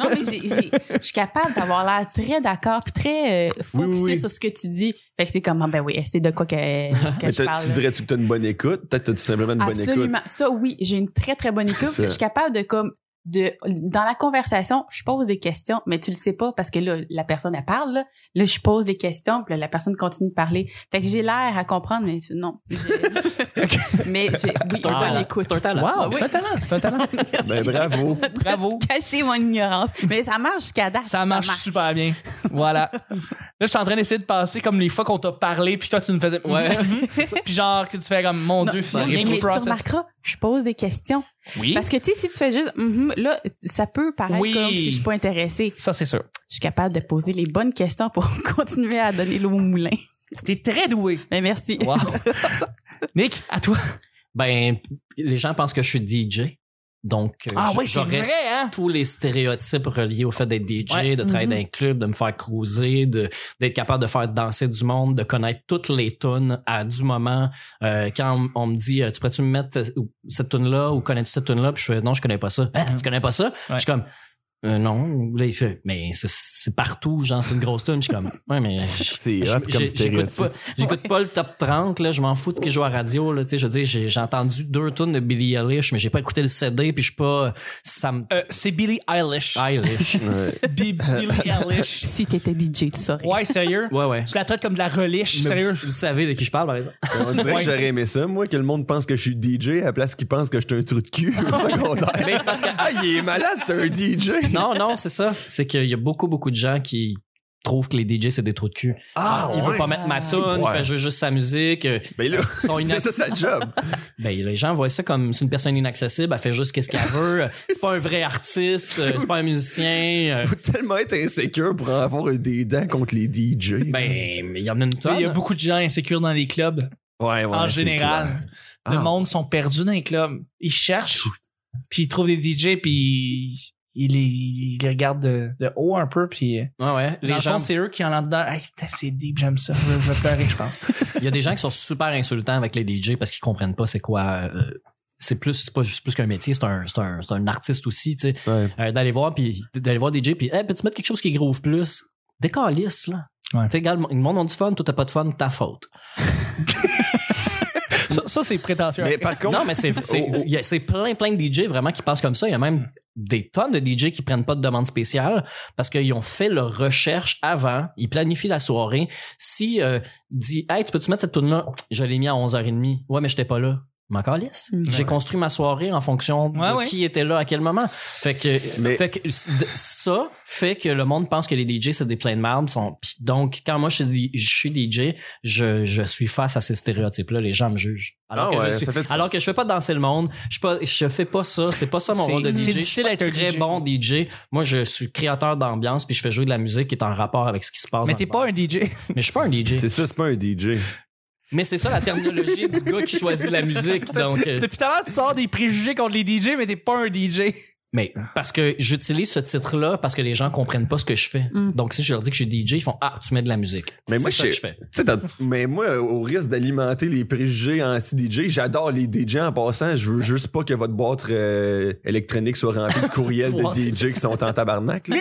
[SPEAKER 3] non, mais j'ai- j'ai- je suis capable d'avoir l'air très d'accord puis très euh,
[SPEAKER 2] Oui, oui,
[SPEAKER 3] focusé
[SPEAKER 2] oui.
[SPEAKER 3] sur ce que tu dis. Fait que c'est comme, ah, ben oui, c'est de
[SPEAKER 2] (laughs)
[SPEAKER 3] quoi que, que
[SPEAKER 2] Mais
[SPEAKER 3] je
[SPEAKER 2] t'as-
[SPEAKER 3] parle.
[SPEAKER 2] tu
[SPEAKER 3] là.
[SPEAKER 2] dirais-tu que t'as une bonne écoute? Peut-être que t'as tout simplement une bonne écoute.
[SPEAKER 3] Absolument. Ça, oui, j'ai une très, très bonne écoute.
[SPEAKER 2] C'est ça.
[SPEAKER 3] Je suis capable de, comme, de, dans la conversation, je pose des questions, mais tu le sais pas parce que là, la personne, elle parle, là. Là, je pose des questions, puis là, la personne continue de parler. Fait que j'ai l'air à comprendre, mais non.
[SPEAKER 2] (laughs)
[SPEAKER 3] J'ai- mais j'ai oui, une bonne
[SPEAKER 4] talent.
[SPEAKER 3] écoute. Ah
[SPEAKER 4] C'est un talent.
[SPEAKER 1] Wow,
[SPEAKER 3] oui.
[SPEAKER 1] c'est un talent. C'est un talent.
[SPEAKER 3] (laughs)
[SPEAKER 2] Ben bravo.
[SPEAKER 1] Bravo.
[SPEAKER 3] Cacher mon ignorance. Mais ça marche jusqu'à date.
[SPEAKER 1] Ça marche super bien. Voilà. Là, je suis en train d'essayer de passer comme les fois qu'on t'a parlé, puis toi, tu nous faisais.
[SPEAKER 4] Ouais.
[SPEAKER 1] (laughs) puis genre, que tu fais comme, mon Dieu, ça
[SPEAKER 3] Non, mais,
[SPEAKER 1] arrive
[SPEAKER 3] mais
[SPEAKER 1] tout
[SPEAKER 3] tu
[SPEAKER 1] process.
[SPEAKER 3] remarqueras, je pose des questions.
[SPEAKER 1] Oui.
[SPEAKER 3] Parce que, tu sais, si tu fais juste, Mhm là, ça peut paraître
[SPEAKER 1] Oui.
[SPEAKER 3] comme si je suis pas intéressée.
[SPEAKER 1] Ça, c'est sûr.
[SPEAKER 3] je suis capable de poser les bonnes questions pour (laughs) continuer à donner l'eau au moulin.
[SPEAKER 1] T'es très doué.
[SPEAKER 3] Mais merci.
[SPEAKER 1] Wow. Nick, à toi.
[SPEAKER 4] Ben, les gens pensent que je suis DJ. Donc, euh, j-
[SPEAKER 1] oui,
[SPEAKER 4] j'aurais
[SPEAKER 1] hein?
[SPEAKER 4] tous les stéréotypes reliés au fait d'être DJ,
[SPEAKER 1] Ouais.
[SPEAKER 4] de
[SPEAKER 2] Mm-hmm.
[SPEAKER 4] travailler
[SPEAKER 3] Mhm.
[SPEAKER 4] dans un club, de me faire cruiser, de d'être capable de faire danser du monde, de connaître toutes les tunes à du moment. Euh, quand on- on me dit, euh, tu pourrais-tu me mettre euh, cette tune là ou connais-tu cette tune là Puis je fais, non, je connais pas ça. Hein, tu connais pas ça Je suis comme. Euh, non, là il fait, mais c'est- c'est partout, genre c'est une grosse tune. Je suis comme, ouais mais
[SPEAKER 2] (laughs) C'est hot
[SPEAKER 4] je- j'ai-
[SPEAKER 2] comme
[SPEAKER 4] J'écoute
[SPEAKER 2] stéréotype.
[SPEAKER 4] pas, j'écoute pas le top 30, là, je m'en fous de ce qui joue à la radio. Là, tu sais, je veux dire, j'ai j'ai entendu deux tonnes de Billie Eilish, mais j'ai pas écouté le CD, puis je suis pas Sam
[SPEAKER 1] Euh, c'est Billy Eilish.
[SPEAKER 4] Eilish.
[SPEAKER 2] Ouais.
[SPEAKER 1] Bi- Billie (laughs) Eilish.
[SPEAKER 3] Si t'étais DJ, tu saurais.
[SPEAKER 1] Ouais, sérieux?
[SPEAKER 4] (laughs) ouais, ouais.
[SPEAKER 1] Tu la traites comme de la reliche,
[SPEAKER 4] Mais
[SPEAKER 1] sérieux?
[SPEAKER 4] Vous, vous savez de qui je parle, par (laughs) exemple.
[SPEAKER 2] On dirait
[SPEAKER 1] Ouais.
[SPEAKER 2] que j'aurais aimé ça, moi, que le monde pense que je suis DJ à la place qu'ils pensent que je suis un trou de cul au secondaire.
[SPEAKER 4] (laughs) Mais Ben, c'est parce que.
[SPEAKER 2] Ah, il est malade, c'est un DJ!
[SPEAKER 4] Non, non, c'est ça. C'est qu'il y a beaucoup, beaucoup de gens qui trouvent que les DJ, c'est des trous de cul.
[SPEAKER 2] Ah,
[SPEAKER 4] Il veut
[SPEAKER 2] ouais.
[SPEAKER 4] pas mettre ma
[SPEAKER 3] Ah.
[SPEAKER 4] tune, il
[SPEAKER 2] Ouais.
[SPEAKER 4] fait juste, juste sa musique. euh,
[SPEAKER 2] Ben là,
[SPEAKER 4] Ils sont
[SPEAKER 2] (laughs) c'est ça sa job.
[SPEAKER 4] Ben, les gens voient ça comme c'est une personne inaccessible, elle fait juste qu'est-ce qu'elle veut. C'est pas un vrai artiste, euh, c'est pas un musicien. euh,
[SPEAKER 2] Faut tellement être insécure pour avoir un des dents contre les DJ.
[SPEAKER 4] Ben, mais il y en a une tonne.
[SPEAKER 1] Il y a beaucoup de gens insécures dans les clubs.
[SPEAKER 2] Ouais, ouais,
[SPEAKER 1] en
[SPEAKER 2] c'est
[SPEAKER 1] général,
[SPEAKER 2] clair.
[SPEAKER 1] le
[SPEAKER 2] Ah.
[SPEAKER 1] monde sont perdus dans les clubs. Ils cherchent, puis ils trouvent des DJ, puis ils les, ils les regardent de, de haut un peu, puis euh,
[SPEAKER 4] Ouais, ouais.
[SPEAKER 1] les
[SPEAKER 4] Les gens,
[SPEAKER 1] c'est eux qui en ont dedans. Hey, putain, c'est deep, j'aime ça. Je vais je vais pleurer, je pense.
[SPEAKER 4] il y a des gens qui sont super insultants avec les DJ parce qu'ils comprennent pas c'est quoi. euh, c'est plus, c'est pas juste plus qu'un métier, c'est un, c'est un, c'est un artiste aussi, tu sais.
[SPEAKER 2] Ouais.
[SPEAKER 4] Euh, d'aller voir puis d'aller voir DJ puis hey, peux-tu mettre quelque chose qui groove plus des calices, là
[SPEAKER 1] Ouais.
[SPEAKER 4] Tu sais, regarde, le monde a du fun, toi t'as pas de fun, ta faute.
[SPEAKER 1] (laughs) ça, ça, c'est prétentieux.
[SPEAKER 2] Mais par contre,
[SPEAKER 4] Non, mais c'est c'est-
[SPEAKER 2] Oh, oh.
[SPEAKER 4] il y a- c'est plein, plein de DJ vraiment qui passent comme ça. Il y a même des tonnes de DJ qui prennent pas de demande spéciale parce qu'ils ont fait leur recherche avant. Ils planifient la soirée. Si euh, dit Hey, tu peux-tu mettre cette tune là Je l'ai mis à 11h30. Ouais, mais j'étais pas là. M'en calisse.
[SPEAKER 3] Mm.
[SPEAKER 4] J'ai construit ma soirée en fonction
[SPEAKER 1] Ouais,
[SPEAKER 4] de
[SPEAKER 1] ouais.
[SPEAKER 4] qui était là à quel moment. Fait que,
[SPEAKER 2] Mais-
[SPEAKER 4] fait que de- ça fait que le monde pense que les DJ c'est des pleins de marde. Sont... pis Donc quand moi je suis, je suis DJ, je, je suis face à ces stéréotypes là. Les gens me jugent. Alors,
[SPEAKER 2] Ah
[SPEAKER 4] que,
[SPEAKER 2] ouais,
[SPEAKER 4] je suis-
[SPEAKER 2] ça fait du
[SPEAKER 4] alors
[SPEAKER 2] sens.
[SPEAKER 4] que je fais pas danser le monde. Je, suis pas, je fais pas ça. C'est pas ça mon
[SPEAKER 1] C'est-
[SPEAKER 4] rôle de DJ.
[SPEAKER 1] c'est
[SPEAKER 4] Je suis
[SPEAKER 1] difficile
[SPEAKER 4] pas
[SPEAKER 1] d'être un
[SPEAKER 4] très
[SPEAKER 1] DJ.
[SPEAKER 4] bon DJ. Moi je suis créateur d'ambiance puis je fais jouer de la musique qui est en rapport avec ce qui se passe.
[SPEAKER 1] Mais
[SPEAKER 4] dans
[SPEAKER 1] t'es
[SPEAKER 4] le
[SPEAKER 1] pas
[SPEAKER 4] bar.
[SPEAKER 1] un DJ. (laughs)
[SPEAKER 4] Mais je suis pas un DJ.
[SPEAKER 2] c'est ça, c'est pas un DJ.
[SPEAKER 4] Mais c'est ça la
[SPEAKER 2] (laughs)
[SPEAKER 4] terminologie du gars qui choisit la musique. Donc euh,
[SPEAKER 1] Depuis tout à l'heure, tu sors des préjugés contre les DJ, mais t'es pas un DJ.
[SPEAKER 4] Mais parce que j'utilise ce titre-là parce que les gens comprennent pas ce que je fais.
[SPEAKER 3] Mm.
[SPEAKER 4] Donc si je leur dis que j'ai DJ, ils font ah tu mets de la musique.
[SPEAKER 2] Mais moi,
[SPEAKER 4] c'est ça
[SPEAKER 2] je-
[SPEAKER 4] que je fais.
[SPEAKER 2] Tu sais, dans- mais moi, au risque d'alimenter les préjugés anti-DJ, j'adore les DJ en passant. Je veux juste pas que votre boîte euh, électronique soit remplie de courriels
[SPEAKER 1] (laughs)
[SPEAKER 2] de
[SPEAKER 4] Boîte.
[SPEAKER 2] DJ qui sont en tabarnak. là.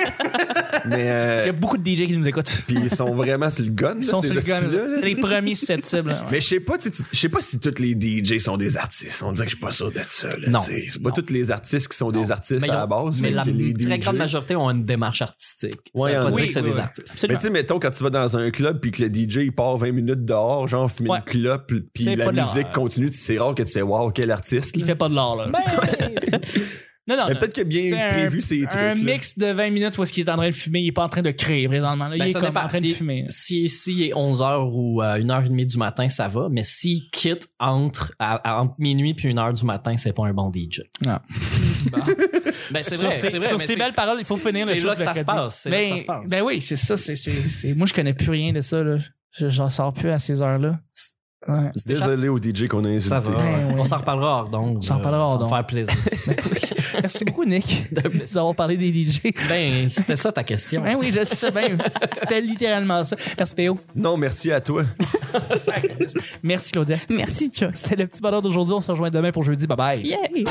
[SPEAKER 2] mais euh,
[SPEAKER 1] Il y a beaucoup de DJ qui nous écoutent.
[SPEAKER 2] puis ils sont vraiment sur le gun, là,
[SPEAKER 1] Ils sont
[SPEAKER 2] ces
[SPEAKER 1] sur le gun,
[SPEAKER 2] hosties-là,
[SPEAKER 1] là.
[SPEAKER 2] là.
[SPEAKER 1] C'est les premiers susceptibles. là, ouais.
[SPEAKER 2] Mais je sais pas, tu- tu- je sais pas si tous les DJ sont des artistes. On dirait que je suis pas sûr de ça. là,
[SPEAKER 4] Non.
[SPEAKER 2] tu sais. C'est pas
[SPEAKER 4] Non.
[SPEAKER 2] tous les artistes qui sont des artistes
[SPEAKER 4] Mais
[SPEAKER 2] à
[SPEAKER 4] ils ont-
[SPEAKER 2] la base.
[SPEAKER 4] mais la
[SPEAKER 2] que les
[SPEAKER 4] très
[SPEAKER 2] DJ
[SPEAKER 4] grande majorité ont une démarche artistique.
[SPEAKER 2] Ouais,
[SPEAKER 4] ça veut pas
[SPEAKER 2] oui,
[SPEAKER 4] dire que c'est
[SPEAKER 1] oui,
[SPEAKER 4] des
[SPEAKER 1] oui.
[SPEAKER 4] artistes.
[SPEAKER 2] Mais
[SPEAKER 1] Absolument.
[SPEAKER 2] tu sais, mettons, quand tu vas dans un club puis que le DJ il part 20 minutes dehors, genre fumer
[SPEAKER 1] Ouais.
[SPEAKER 2] une clope, puis
[SPEAKER 1] C'est
[SPEAKER 2] la
[SPEAKER 1] pas de la-
[SPEAKER 2] musique continue, tu- c'est rare que tu fais Wow, quel artiste.
[SPEAKER 1] Il
[SPEAKER 2] là.
[SPEAKER 1] fait pas de l'art, là. non, non.
[SPEAKER 2] Mais
[SPEAKER 1] non.
[SPEAKER 2] peut-être qu'il a bien
[SPEAKER 1] C'est un-
[SPEAKER 2] prévu ces trucs.
[SPEAKER 1] un mix de 20 minutes où est-ce qu'il est en train de fumer, il est pas en train de créer présentement. là.
[SPEAKER 4] Ben,
[SPEAKER 1] il est
[SPEAKER 4] ça
[SPEAKER 1] comme
[SPEAKER 4] dépend.
[SPEAKER 1] en train de
[SPEAKER 4] Si-
[SPEAKER 1] fumer.
[SPEAKER 4] Si, si il est 11h ou euh, 1h30 du matin, ça va. Mais s'il quitte entre, à- à- entre minuit puis 1h du matin, c'est pas un bon DJ.
[SPEAKER 1] Ah.
[SPEAKER 4] (laughs) Ben, c'est
[SPEAKER 1] Sur
[SPEAKER 4] vrai,
[SPEAKER 1] ces-
[SPEAKER 4] c'est vrai.
[SPEAKER 1] Sur
[SPEAKER 4] mais
[SPEAKER 1] ces
[SPEAKER 4] c'est-
[SPEAKER 1] belles paroles, il faut finir le
[SPEAKER 4] c'est
[SPEAKER 1] show
[SPEAKER 4] là que
[SPEAKER 1] de
[SPEAKER 4] ça se
[SPEAKER 1] mercredi.
[SPEAKER 4] passe, c'est là
[SPEAKER 1] Ben,
[SPEAKER 4] que ça se passe.
[SPEAKER 1] ben oui, c'est ça. c'est- c'est- c'est- Moi, je connais plus rien de ça. Là. Je j'en sors plus à ces heures-là. Ouais.
[SPEAKER 2] Désolé au DJ qu'on a insulté.
[SPEAKER 4] Ça va.
[SPEAKER 1] Ouais, ouais.
[SPEAKER 4] On s'en reparlera hors donc.
[SPEAKER 1] s'en reparlera hors
[SPEAKER 4] Ça va
[SPEAKER 1] d'onde.
[SPEAKER 4] faire plaisir.
[SPEAKER 1] (laughs) Merci beaucoup, Nick, de nous avoir parlé des DJ.
[SPEAKER 4] ben, c'était ça
[SPEAKER 1] (laughs)
[SPEAKER 4] ta question.
[SPEAKER 1] Ben oui, je sais bien. C'était littéralement ça. Merci, PO.
[SPEAKER 4] (laughs)
[SPEAKER 2] Non, merci à toi.
[SPEAKER 1] Merci, Claudia.
[SPEAKER 3] (laughs) Merci, Chuck.
[SPEAKER 1] C'était le petit bonheur d'aujourd'hui. On se rejoint demain pour jeudi. Bye bye.
[SPEAKER 3] Yay!